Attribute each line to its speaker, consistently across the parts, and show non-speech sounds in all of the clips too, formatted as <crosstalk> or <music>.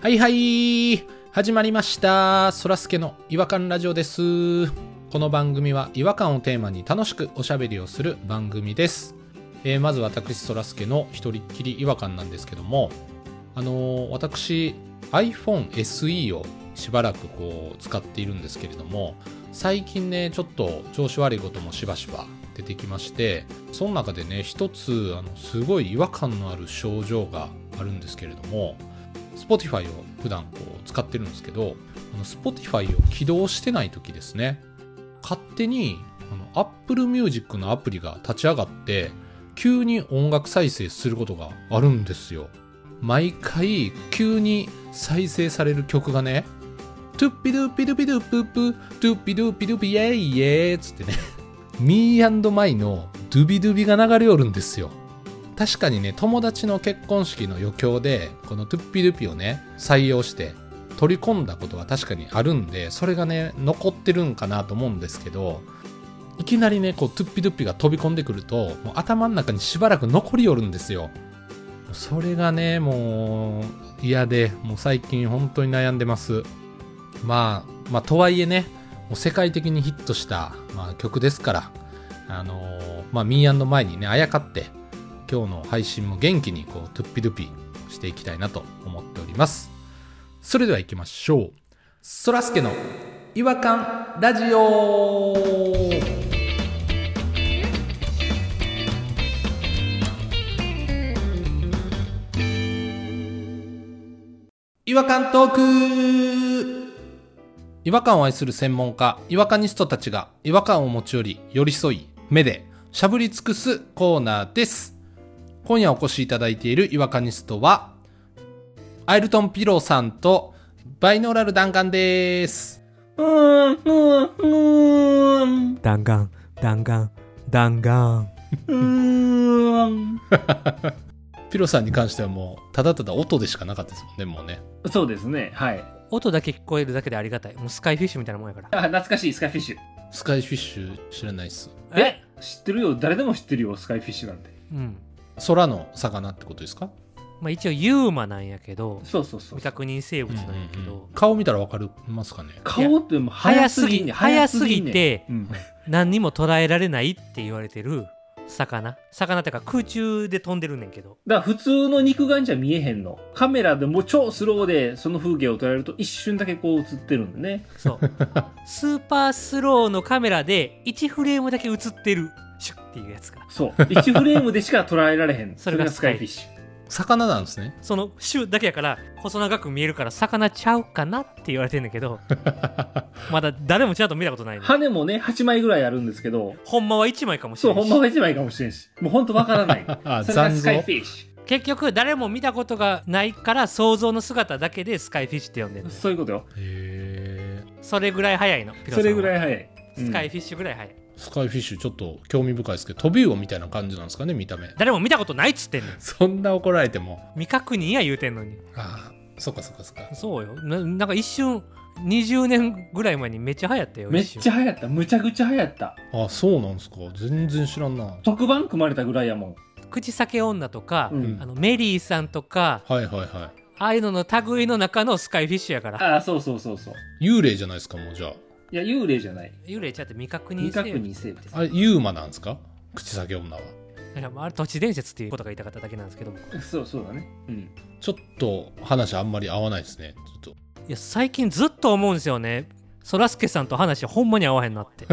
Speaker 1: はいはい始まりましたそらすけの違和感ラジオですこの番組は違和感をテーマに楽しくおしゃべりをする番組です、えーまず私そらすけの一人っきり違和感なんですけどもあのー私 iPhoneSE をしばらくこう使っているんですけれども最近ねちょっと調子悪いこともしばしば出てきましてその中でね一つあのすごい違和感のある症状があるんですけれども Spotify を普段こう使ってるんですけどあの Spotify を起動してない時ですね勝手にあの Apple Music のアプリが立ち上がって急に音楽再生することがあるんですよ毎回急に再生される曲がねトゥッピドゥッピドゥピドゥップップトゥッピドゥッピドゥピイエイイエイっつってねミーマイのドゥビドゥビが流れおるんですよ確かにね友達の結婚式の余興でこのトゥッピドゥピをね採用して取り込んだことは確かにあるんでそれがね残ってるんかなと思うんですけどいきなりねこうトゥッピドゥッピが飛び込んでくるともう頭の中にしばらく残りおるんですよそれがねもう嫌でもう最近本当に悩んでますまあまあとはいえねもう世界的にヒットした、まあ、曲ですからあのーまあミー前にねあやかって今日の配信も元気にこうトゥッピドゥピしていきたいなと思っておりますそれでは行きましょうそらすけの違和感ラジオ違和感トーク違和感を愛する専門家違和感ニストたちが違和感を持ち寄り寄り添い目でしゃぶり尽くすコーナーです今夜お越しいただいている違和感ニストはアイルトンピローさんとバイノーラル弾丸です
Speaker 2: うん、うん、うん、
Speaker 3: 弾丸、弾丸、弾丸。
Speaker 2: うん。
Speaker 1: ピローさんに関してはもうただただ音でしかなかったですもんねもうね
Speaker 2: そうですね、はい。
Speaker 3: 音だけ聞こえるだけでありがたい。もうスカイフィッシュみたいなもんやから。
Speaker 2: あ、懐かしい、スカイフィッシュ。
Speaker 1: スカイフィッシュ知らないっす
Speaker 2: え知ってるよ、誰でも知ってるよ、スカイフィッシュなんて。
Speaker 3: うん。
Speaker 1: 空の魚ってことですか
Speaker 3: まあ一応ユーマなんやけど、
Speaker 2: そうそうそう
Speaker 3: 未。確認生物なんやけ
Speaker 1: うんうんう
Speaker 3: ど
Speaker 1: ん、顔見たらわかりますかね
Speaker 2: 顔ってもう早すぎんね
Speaker 3: 早すぎ
Speaker 2: んね
Speaker 3: て
Speaker 2: うん
Speaker 3: 何にも捉えられないって言われてる魚。魚ってか空中で飛んでるねんけど。
Speaker 2: だから普通の肉眼じゃ見えへんの。カメラでもう超スローでその風景を捉えると一瞬だけこう映ってるんでね。
Speaker 3: そう。スーパースローのカメラで1フレームだけ映ってる。シュッっていうやつが。
Speaker 2: そう。1フレームでしか捉えられへん。そ
Speaker 3: そ
Speaker 2: れ
Speaker 3: れ
Speaker 2: が
Speaker 3: が
Speaker 2: スカイフィッシュ。
Speaker 1: 魚なんですね
Speaker 3: そのシュッだけやから細長く見えるから魚ちゃうかなって言われてんだけど、まだ誰もちゃんと見たことないね。
Speaker 2: 羽もね、8枚ぐらいあるんですけど、
Speaker 3: ほんまは1枚かもし
Speaker 2: そう、
Speaker 3: れな
Speaker 2: ほ
Speaker 3: い
Speaker 2: ん
Speaker 3: し
Speaker 2: まは1枚かもしれんし。もうほんとわからない。
Speaker 1: あ
Speaker 2: それが
Speaker 1: 残
Speaker 2: ス
Speaker 1: 像
Speaker 2: カイフィッシ
Speaker 3: 結局誰も見たことがないから想像の姿だけでスカイフィッシュって呼んでる
Speaker 2: ュ。そういうことよ。
Speaker 1: へー
Speaker 3: それぐらい早いの
Speaker 2: それぐら
Speaker 3: い
Speaker 2: い早い。
Speaker 3: スカイ
Speaker 2: フ
Speaker 3: フィッシュぐらい早い、
Speaker 1: スカイフィッシュちょっと興味深いですけどトビウオみたいな感じなんですかね見た目
Speaker 3: 誰も見たことないっつってんの
Speaker 1: そんな怒られても
Speaker 3: 未確認や言うてんのに
Speaker 1: ああそっかそっかそっか
Speaker 3: そうよななんか一瞬20年ぐらい前にめっちゃ流行ったよ
Speaker 2: めっ
Speaker 3: 一瞬
Speaker 2: ちゃ流行った。むちゃくちゃ流行った。
Speaker 1: あそうなんですか全然知らんなはい
Speaker 2: 特番組まれたぐらいやもん。
Speaker 3: 口裂け女とか、
Speaker 2: うん
Speaker 3: あのメリーさんとか
Speaker 1: はいは
Speaker 3: ああいうのの類の中のスカイフィッシュやから
Speaker 2: ああ、そうそうそうそう。
Speaker 1: い幽霊じゃないですかもうじゃ
Speaker 2: いや、幽霊じゃない。
Speaker 3: 幽霊ちゃんって未確認
Speaker 2: 未
Speaker 3: 性
Speaker 2: 確認生物。
Speaker 1: ああれユーマなんですか口先女は
Speaker 3: あれ都市伝説っていうことが言いたかっただけなんですけども
Speaker 2: そうそうだね。うん。
Speaker 1: ちょっと話あんまり合わないですねちょっ
Speaker 3: いや最近ずっと思うんですよねそらすけさんと話ほんまに合わへん
Speaker 1: <laughs>
Speaker 3: なって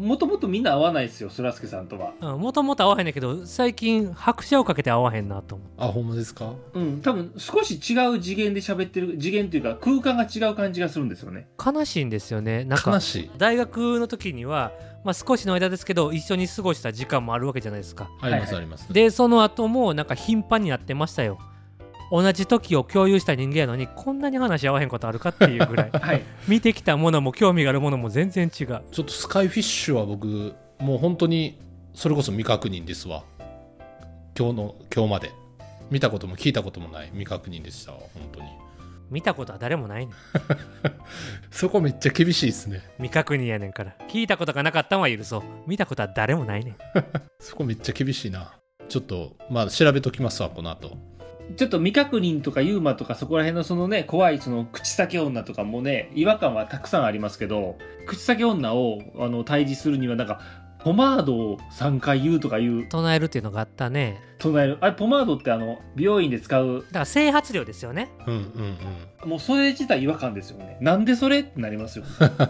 Speaker 2: もともとみんな合わないですよ、そらすけさんとは。
Speaker 3: もともと合わへんねんけど最近拍車をかけて合わへんなと思う
Speaker 1: とあほんまですか
Speaker 2: うん。多分、少し違う次元で喋ってる、次元というか、空間が違う感じがするんですよね。
Speaker 3: 悲しいんですよねなん
Speaker 1: 悲
Speaker 3: か
Speaker 1: しい
Speaker 3: 大学の時には、まあ、少しの間ですけど一緒に過ごした時間もあるわけじゃないですか
Speaker 1: ありま
Speaker 2: はいは
Speaker 1: す
Speaker 2: い
Speaker 1: あります
Speaker 3: でその後もなんか頻繁になってましたよ同じ時を共有した人間やのにこんなに話合わへんことあるかってい
Speaker 1: <laughs>
Speaker 3: うぐらい
Speaker 2: はい。
Speaker 3: 見てきたものも興味があるものも全然違う
Speaker 1: ちょっとスカイフィッシュは僕もう本当にそれこそ未確認ですわ今日の今日まで見たことも聞いたこともない未確認でしたわ本当に
Speaker 3: 見たことは誰もないねん
Speaker 1: そこめっちゃ厳しいですね
Speaker 3: 未確認やねんから聞いたことがなかったんは許そう見たことは誰もないねん
Speaker 1: そこめっちゃ厳しいな。ちょっと、まあ、調べときますわ、この後。
Speaker 2: ちょっと未確認とかユーマとかそこら辺のそのね、怖いその口裂け女とかもね、違和感はたくさんありますけど、口裂け女をあの退治するにはなんか、ポマードを3回言うとかいう
Speaker 3: 唱えるっていうのがあったね
Speaker 2: 唱える。あれ、ポマードってあの、美容院で使う、
Speaker 3: だから整髪料ですよね
Speaker 1: うんうんうん。
Speaker 2: もうそれ自体違和感ですよね。なんでそれってなりますよ。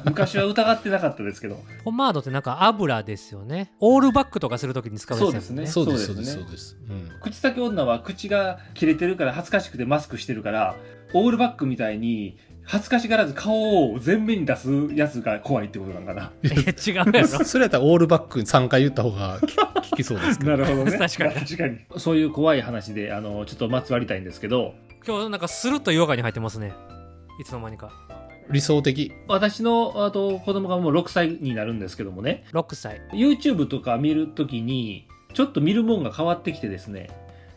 Speaker 2: 昔は疑ってなかったですけど。
Speaker 3: ポマードってなんか油ですよねオールバックとかするときに使うやつですよね
Speaker 2: そう
Speaker 1: そうです、そうです、
Speaker 2: で
Speaker 1: そ
Speaker 2: すね
Speaker 1: うです。うん。
Speaker 2: 口先女は口が切れてるから恥ずかしくてマスクしてるからオールバックみたいに恥ずかしがらず顔を前面に出すやつが怖いってことなんかな
Speaker 3: いや違うやろ <laughs>
Speaker 1: <laughs> それやったらオールバック3回言った方がき聞きそうですけど。
Speaker 2: るほど
Speaker 3: 確かに
Speaker 2: <laughs> 確かにそういう怖い話であのちょっとまつわりたいんですけど
Speaker 3: 今日なんかスルッと違和感に入ってますねいつの間にか
Speaker 1: 理想的。
Speaker 2: 私のあと子供がもう6歳になるんですけどもね
Speaker 3: 6歳
Speaker 2: YouTube とか見るときにちょっと見るもんが変わってきてですね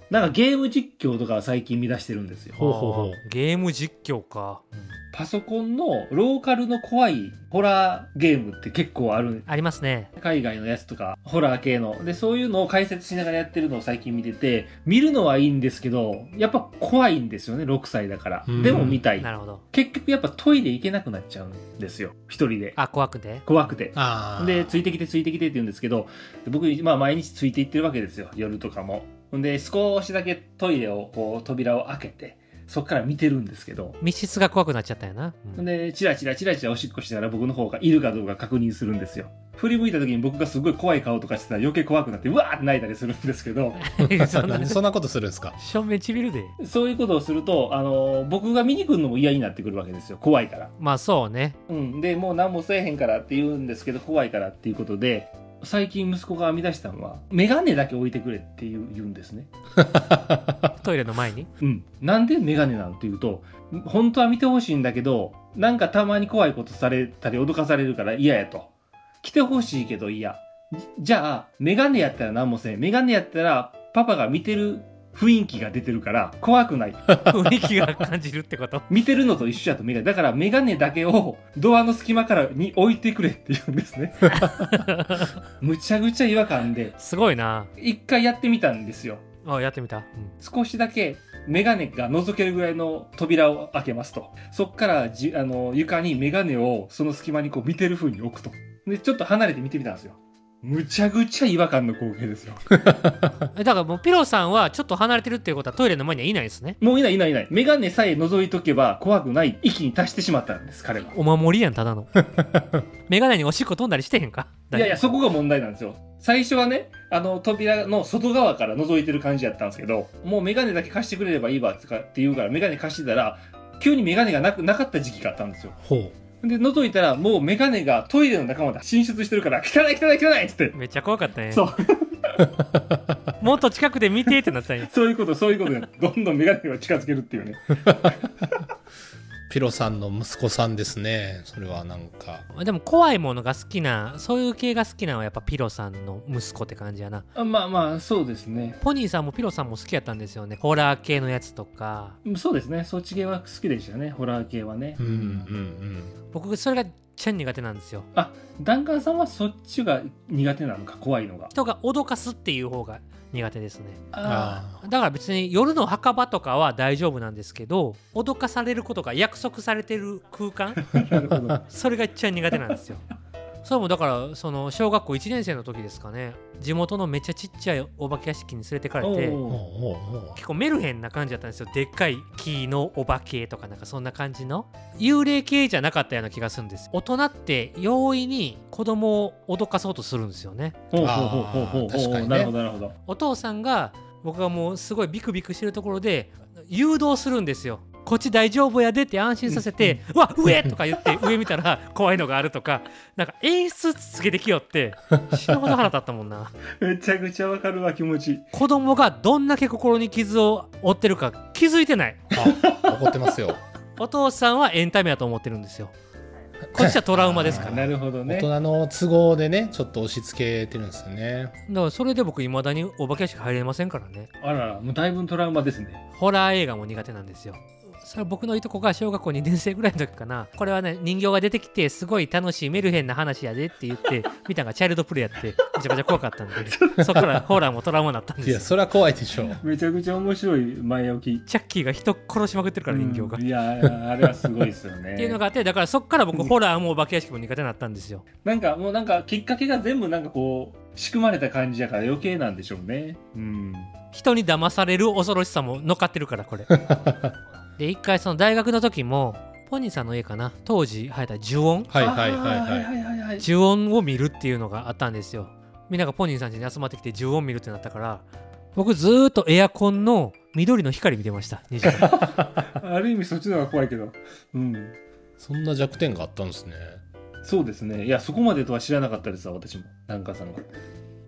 Speaker 2: なんかゲーム実況とか最近見出してるんですよ
Speaker 1: ほうほうほう
Speaker 3: あーゲーム実況か
Speaker 2: パソコンのローカルの怖いホラーゲームって結構ある
Speaker 3: ありますね
Speaker 2: 海外のやつとか、ホラー系の。で、そういうのを解説しながらやってるのを最近見てて、見るのはいいんですけど、やっぱ怖いんですよね、6歳だから
Speaker 1: うん。
Speaker 2: でも見たい。
Speaker 3: なるほど
Speaker 2: 結局やっぱトイレ行けなくなっちゃうんですよ、一人で。
Speaker 3: あ怖くて
Speaker 2: 怖くて。
Speaker 1: ああ。
Speaker 2: で、ついてきてついてきてって言うんですけど、で僕、まあ毎日ついていってるわけですよ、夜とかも。んで、少しだけトイレを、こう、扉を開けて、そっから見てるんですけど、
Speaker 3: 密室が怖くなっちゃったよな、うん
Speaker 2: で、チラチラチラチラおしっこしながら僕の方がいるかどうか確認するんですよ。振り向いた時に僕がすごい怖い顔とかしてたら余計怖くなって、うわーって泣いたりするんですけど、
Speaker 3: <laughs> そんな
Speaker 1: <laughs> なんでそんなことするんですか
Speaker 3: 正面ちびるで
Speaker 2: そういうことをすると、あの僕が見に来るのも嫌になってくるわけですよ。怖いから。
Speaker 3: まあそうね
Speaker 2: うん。で、もう何もせえへんからって言うんですけど、怖いからっていうことで、最近息子が編み出したのは、メガネだけ置いてくれっていう言うんですね。
Speaker 3: トイレの前に
Speaker 2: うん。なんでメガネなんて言うと、本当は見てほしいんだけど、なんかたまに怖いことされたり脅かされるから嫌やと。来てほしいけど嫌。じじゃあ、メガネやったら何もせん。メガネやったらパパが見てる雰囲気が出てるから怖くない。
Speaker 3: 雰囲気が感じるってこと
Speaker 2: 見てるのと一緒やとメガネ。だからメガネだけをドアの隙間からに置いてくれって言うんですね。むちゃくちゃ違和感で、
Speaker 3: すごいな
Speaker 2: 一回やってみたんですよ。
Speaker 3: あやってみた、うん
Speaker 2: 少しだけメガネが覗けるぐらいの扉を開けますと。そっからじ、あの、床にメガネをその隙間にこう見てる風に置くと。で、ちょっと離れて見てみたんですよ。むちゃくちゃ違和感の光景ですよ。
Speaker 3: えだからもうピロさんはちょっと離れてるっていうことはトイレの前にはいないですね
Speaker 2: もういないいないいない。メガネさえ覗いとけば怖くない域に達してしまったんです、彼は。
Speaker 3: お守りやんただの <laughs> メガネにおしっこ飛んだりしてへんか
Speaker 2: いやいや、そこが問題なんですよ。最初はね、あの、扉の外側から覗いてる感じやったんですけど、もうメガネだけ貸してくれればいいわとかって言うから、メガネ貸してたら、急にメガネがなく、なかった時期があったんですよ。
Speaker 1: ほ
Speaker 2: で、覗いたら、もうメガネがトイレの中まで進出してるから、汚い汚い汚いっつって。
Speaker 3: めっちゃ怖かったね
Speaker 2: そう
Speaker 3: <laughs> もっと近くで見てってなってたんや
Speaker 2: そういうこと、そういうこと <laughs> で、どんどんメガネが近づけるっていうね。
Speaker 1: う。ピロさんの息子さんですね。それはなんか。
Speaker 3: でも怖いものが好きなそういう系が好きなのはやっぱピロさんの息子って感じやな
Speaker 2: あまあまあ、そうですね。
Speaker 3: ポニーさんもピロさんも好きやったんですよねホラー系のやつとか
Speaker 2: そうですね。そっち系は好きでしたね。ホラー系はね
Speaker 1: うん。うん
Speaker 3: 僕それがちゃん苦手なんですよ
Speaker 2: あ、ダンカンさんはそっちが苦手なのか、怖いのが。
Speaker 3: 人が脅かすっていう方が苦手ですね
Speaker 1: うん。ああ。
Speaker 3: だから別に夜の墓場とかは大丈夫なんですけど脅かされることが約束されてる空間
Speaker 2: あ。なるほ <laughs> ど。
Speaker 3: それが一番苦手な
Speaker 2: <laughs>
Speaker 3: んですよそれもだからその小学校1年生の時ですかね地元のめっちゃちっちゃいお化け屋敷に連れてかれて
Speaker 2: おう
Speaker 1: ほうほうほ
Speaker 3: 結構メルヘンな感じだったんですよでっかい木のお化けとかなんかそんな感じの幽霊系じゃなかったような気がするんです大人って容易に子供を脅かそうとするんですよね
Speaker 2: ほうほうほうほうほうほう。
Speaker 1: あー確かにね。
Speaker 2: なるほど、なるほど。
Speaker 3: お父さんが僕がもうすごいビクビクしてるところで誘導するんですよこっち大丈夫やでって安心させて「うわ上!」とか言 <laughs> って上見たら怖いのがあるとかなんか演出つけてきよって死ぬほど腹立ったもんな
Speaker 2: めちゃくちゃわかるわ、気持ち。
Speaker 3: 子供がどんだけ心に傷を負ってるか気づいてないう
Speaker 1: 怒ってますよ。
Speaker 3: お父さんはエンタメやと思ってるんですよこっちはトラウマですから
Speaker 2: なるほど
Speaker 1: 大
Speaker 2: ね。
Speaker 1: 人の都合でね、ちょっと押し付けてるんですよね。
Speaker 3: だからそれで僕いまだにお化け屋敷入れませんからね
Speaker 2: あらら、もうだいぶトラウマですね。
Speaker 3: ホラー映画も苦手なんですよそれは僕のいとこが小学校2年生ぐらいの時かなこれはね人形が出てきてすごい楽しいメルヘンな話やでって言って見たのがチャイルドプレイやってめちゃめちゃ怖かったんでそこからホラーもトラウマになったん
Speaker 1: い
Speaker 3: で
Speaker 1: や、
Speaker 3: すよ
Speaker 1: それは怖いでしょう。
Speaker 2: めちゃくちゃ面白い前置き
Speaker 3: チャッキーが人殺しまくってるから人形が、
Speaker 2: うんいやーあれはすごいですよ <laughs> ね
Speaker 3: っていうのがあってだからそっから僕ホラーもお化け屋敷も苦手になったんですよ
Speaker 2: なんかもうなんかきっかけが全部なんかこう仕組まれた感じだから余計なんでしょうねうん
Speaker 3: 人に騙される恐ろしさも乗っかってるからこれで一回その大学の時もポニーさんの家かな当時生えた呪音
Speaker 1: はいはいはい
Speaker 2: あー
Speaker 1: はい。
Speaker 2: いはいはい
Speaker 3: 呪音を見るっていうのがあったんですよみんながポニーさん家に集まってきて呪音見るってなったから僕ずーっとエアコンの緑の光見てました2時間
Speaker 2: ある意味そっちの方が怖いけどうん
Speaker 1: そんな弱点があったんですね。
Speaker 2: そうですねいやそこまでとは知らなかったですわ私も檀家さんが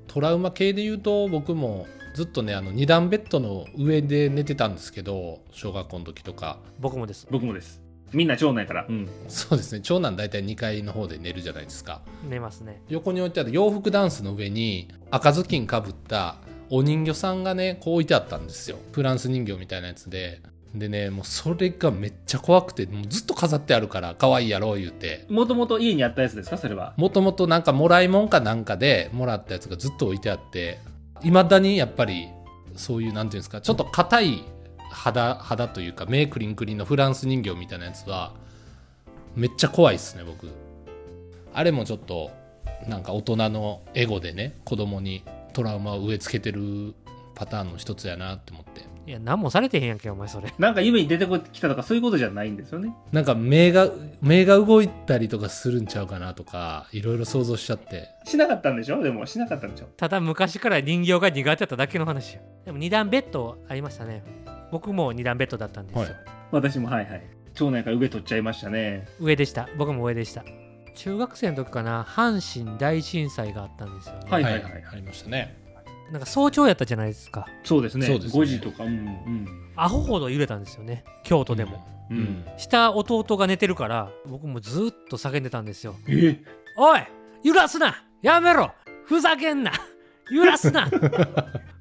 Speaker 1: トラウマ系で言うと、僕もずっとね、あの、二段ベッドの上で寝てたんですけど、小学校の時とか。
Speaker 3: 僕もです
Speaker 2: 僕もですみんな町内からうん
Speaker 1: そうですね、長男大体2階の方で寝るじゃないですか。
Speaker 3: 寝ますね
Speaker 1: 横に置いてある洋服ダンスの上に赤ずきんかぶったお人形さんがねこう置いてあったんですよフランス人形みたいなやつででねもうそれがめっちゃ怖くてもうずっと飾ってあるから可愛いやろ言うて
Speaker 2: もともと家にあったやつですかそれは
Speaker 1: もともとなんかもらいもんかなんかでもらったやつがずっと置いてあっていまだにやっぱりそういうなんていうんですかちょっと硬い肌肌というか目クリンクリンのフランス人形みたいなやつはめっちゃ怖いですね僕あれもちょっとなんか大人のエゴでね子供にトラウマを植え付けてるパターンの一つやなって思って
Speaker 3: いや何もされてへんやんけお前それ
Speaker 2: なんか夢に出てきたとかそういうことじゃないんですよね
Speaker 1: なんか目が目が動いたりとかするんちゃうかなとかいろいろ想像しちゃって
Speaker 2: しなかったんでしょでもしなかったんでしょ
Speaker 3: ただ昔から人形が苦手だっただけの話よでも2段ベッドありましたね僕も2段ベッドだったんですよ、
Speaker 1: はい
Speaker 2: 私もはいはい町内から上取っちゃいましたね
Speaker 3: 上でした僕も上でした中学生の時かな阪神大震災があったんですよね、
Speaker 2: はいはいはい
Speaker 1: ありましたね
Speaker 3: なんか早朝やったじゃないですか
Speaker 2: そうですね
Speaker 1: そうですね
Speaker 2: 5時とかうんうん
Speaker 3: アホほど揺れたんですよね京都でも、
Speaker 2: う
Speaker 1: うん、うん
Speaker 2: ん、
Speaker 3: 下弟が寝てるから僕もずっと叫んでたんですよ
Speaker 2: え
Speaker 3: 「おい揺らすなやめろふざけんな揺らすな! 」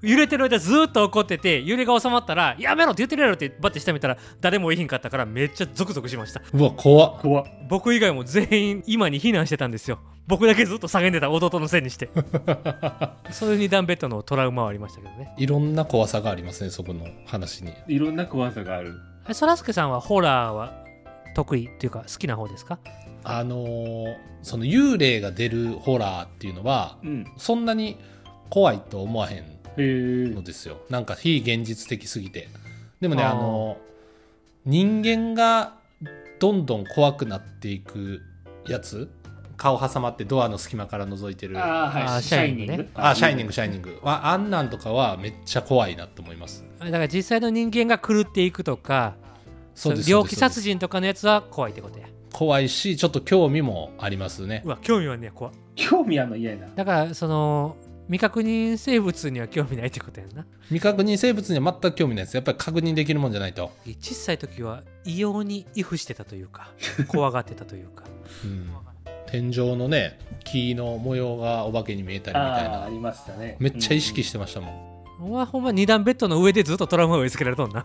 Speaker 3: 揺れてる間ずっと怒ってて揺れが収まったら「やめろ!」って言ってるやろってバッて下見たら誰もいひんかったからめっちゃゾクゾクしました
Speaker 1: うわ怖っ
Speaker 2: 怖っ
Speaker 3: 僕以外も全員今に避難してたんですよ僕だけずっと叫んでた弟のせいにしてそういう二段ベッドのトラウマはありましたけどね
Speaker 1: いろんな怖さがありますねそこの話に
Speaker 2: いろんな怖さがある
Speaker 3: えそらすけさんはホラーは得意っていうか好きな方ですか
Speaker 1: あのーその幽霊が出るホラーっていうのは
Speaker 2: うん
Speaker 1: そんなに怖いと思わへん
Speaker 2: へえ
Speaker 1: のですよなんか非現実的すぎてでもね
Speaker 3: あー
Speaker 1: あのー人間がどんどん怖くなっていくやつ顔挟まってドアの隙間から覗いてるあ
Speaker 2: あー
Speaker 3: あ
Speaker 2: は
Speaker 3: ー
Speaker 2: い
Speaker 3: シャイニングね
Speaker 1: あシャイニングシャイニングはあんなんとかはめっちゃ怖いなと思います
Speaker 3: あだから実際の人間が狂っていくとか
Speaker 1: そうです
Speaker 3: 病気
Speaker 1: そうです
Speaker 3: 殺人とかのやつは怖いってことや
Speaker 1: 怖いしちょっと興味もありますね
Speaker 3: うわ興味はね怖い
Speaker 2: 興味あるの嫌やな
Speaker 3: だからその未確認生物には興味ないってことやんな
Speaker 1: 未確認生物には全く興味ないですやっぱり確認できるもんじゃないと、
Speaker 3: 小さい時は異様に畏怖してたとい
Speaker 1: <laughs>
Speaker 3: うか怖がってたというか
Speaker 1: うん天井のね木の模様がお化けに見えたりみたい
Speaker 2: あーあ
Speaker 1: な
Speaker 2: りましたね
Speaker 1: めっちゃ意識
Speaker 2: し
Speaker 1: してましたもん、
Speaker 3: お前ほんま二段ベッドの上でずっとトラウマを植え付けられと
Speaker 1: <laughs>
Speaker 3: んな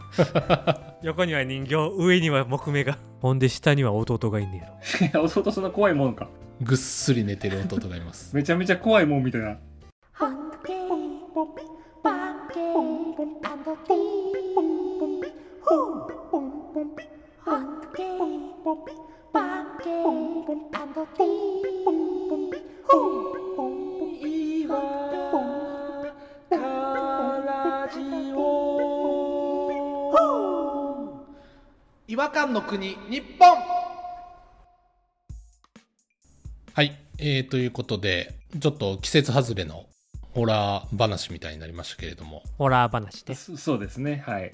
Speaker 3: 横には人形上には木目がほんで下には弟がいんねやろ
Speaker 2: て弟そんな <laughs> 怖いもんか
Speaker 1: ぐっすり寝てる弟がいます
Speaker 2: めちゃめちゃ怖いもんみたいな
Speaker 4: Hunky,
Speaker 1: 違和感の国日本はい、えー、ということでちょっと季節外れのホラー話みたいになりましたけれども
Speaker 3: ホラー話で
Speaker 2: そそうですねはい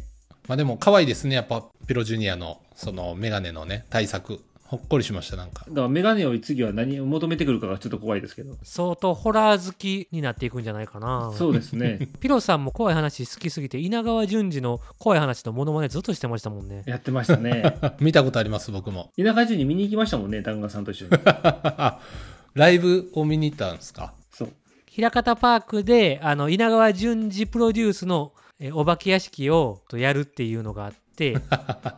Speaker 1: まあでも可愛いですねやっぱピロジュニアのそのメガネのね対策ほっこりしましたなんか <laughs>
Speaker 2: だからメガネを次は何を求めてくるかがちょっと怖いですけど
Speaker 3: 相当ホラー好きになっていくんじゃないかな
Speaker 2: そうで
Speaker 1: <laughs>
Speaker 2: すね
Speaker 3: ピロさんも怖い話好きすぎて稲川淳二の怖い話のモノマネずっとしてましたもんね
Speaker 2: やってましたね
Speaker 1: あ見たことあります僕も <laughs>
Speaker 2: 田舎中に見に行きましたもんね旦那さんと一緒に
Speaker 1: ライブを見に行ったんですか
Speaker 2: そう
Speaker 3: 平方パークであの稲川淳二プロデュースのえお化け屋敷をとやるっていうのがあって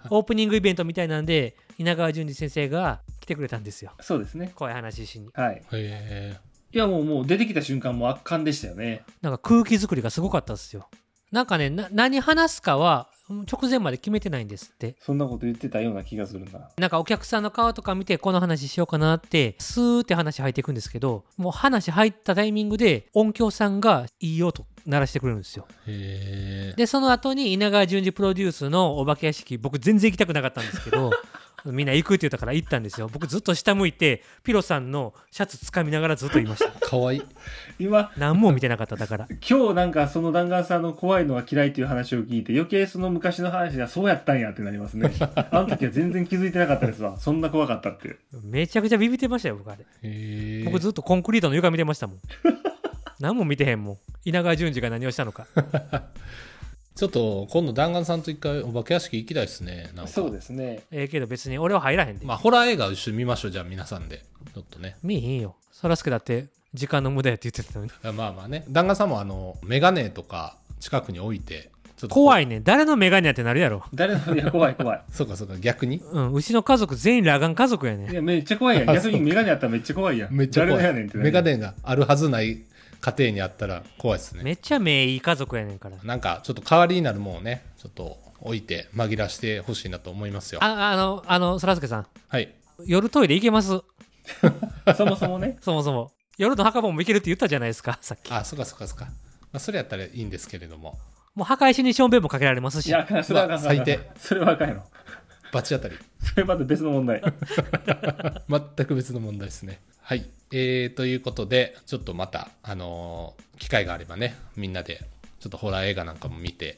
Speaker 3: オープニングイベントみたいなんで稲川淳二先生が来てくれたんですよ
Speaker 2: そうですね。
Speaker 3: 怖い話しに
Speaker 2: はい。
Speaker 1: へ
Speaker 2: いやもう、もう出てきた瞬間もう圧巻でしたよね。
Speaker 3: なんか空気作りがすごかったですよなんかねな何話すかは直前まで決めてないんですって
Speaker 2: そんなこと言ってたような気がするな。
Speaker 3: なんかお客さんの顔とか見てこの話しようかなってスーって話入っていくんですけどもう話入ったタイミングで音響さんがいい音鳴らしてくれるんですよ
Speaker 1: えへえ
Speaker 3: でその後に稲川淳二プロデュースのお化け屋敷僕全然行きたくなかったんですけどみんな行くって言ったから行ったんですよ僕ずっと下向いてピロさんのシャツ掴みながらずっといました
Speaker 1: <laughs> かわいい
Speaker 2: 今、
Speaker 3: 何も見てなかっただから
Speaker 2: 今日なんかその弾丸さんの怖いのが嫌いという話を聞いて余計その昔の話がそうやったんやってなりますね。あの時は全然気づいてなかったですわ。そんな怖かったって。
Speaker 3: めちゃくちゃビビってましたよ僕あれ
Speaker 1: へえ
Speaker 3: 僕ずっとコンクリートの床見てましたもん何も見てへんもん稲川淳二が何をしたのか
Speaker 1: ちょっと今度弾丸さんと一回お化け屋敷行きたいですねなんか
Speaker 2: ですね。
Speaker 3: ええけど別に俺は入らへんで、
Speaker 1: まあホラー映画を一緒に見ましょうじゃあ皆さんでちょっとね
Speaker 3: 見えへんよそらすけだって時間の無駄やって言ってたのに
Speaker 1: まあまあね旦那さんもあの眼鏡とか近くに置いてちょっと
Speaker 3: 怖
Speaker 1: い
Speaker 3: いね誰の眼鏡やってなるやろ
Speaker 2: 誰の、いや怖い怖い。
Speaker 1: そうかそうか逆に
Speaker 3: うんうちの家族全員裸眼家族やね
Speaker 2: いやめっちゃ怖いやん。逆にメガネあったらめっちゃ怖いやん。
Speaker 1: めっちゃ怖
Speaker 2: 誰のや
Speaker 1: い
Speaker 2: ねんってな
Speaker 1: 眼
Speaker 2: る
Speaker 1: 鏡があるはずない家庭にあったら怖いですね
Speaker 3: めっちゃ目いい家族やねんから
Speaker 1: なんかちょっと代わりになるもんをねちょっと置いて紛らしてほしいなと思いますよ
Speaker 3: ああのあのそらすけさん
Speaker 1: はい
Speaker 3: 夜トイレ行けます
Speaker 2: そもそもね。
Speaker 3: そもそも夜の墓場も行けるって言ったじゃないですかさっき
Speaker 1: あそうかそうかそうか、まあ、それやったらいいんですけれども
Speaker 3: もう墓石にションベンもかけられます
Speaker 2: い
Speaker 3: し
Speaker 2: や、あかんそれはあかん。
Speaker 1: うわ最低
Speaker 2: それはあかんやろ。
Speaker 1: 罰当たり
Speaker 2: それまた別の問題。
Speaker 1: 全く別の問題ですね。はい。えー、ということで、ちょっとまた、あのー機会があればね、みんなで、ちょっとホラー映画なんかも見て、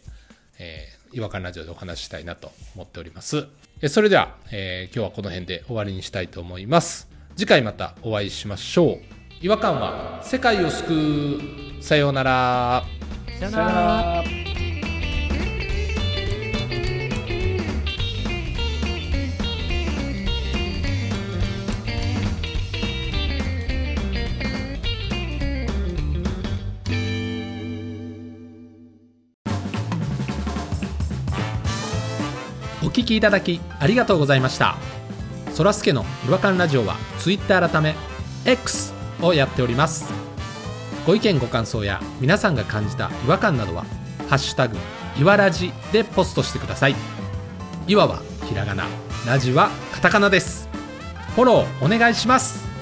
Speaker 1: えー、違和感ラジオでお話ししたいなと思っております。えそれでは、えー今日はこの辺で終わりにしたいと思います。次回またお会いしましょう。違和感は世界を救う。さようなら。
Speaker 3: さよ
Speaker 2: さよなら。
Speaker 1: お聞きいただきありがとうございましたそらすけの違和感ラジオは Twitter 改め X をやっておりますご意見ご感想や皆さんが感じた違和感などは「ハッシュタグいわらじ」でポストしてくださいいわはひらがなラジはカタカナですフォローお願いします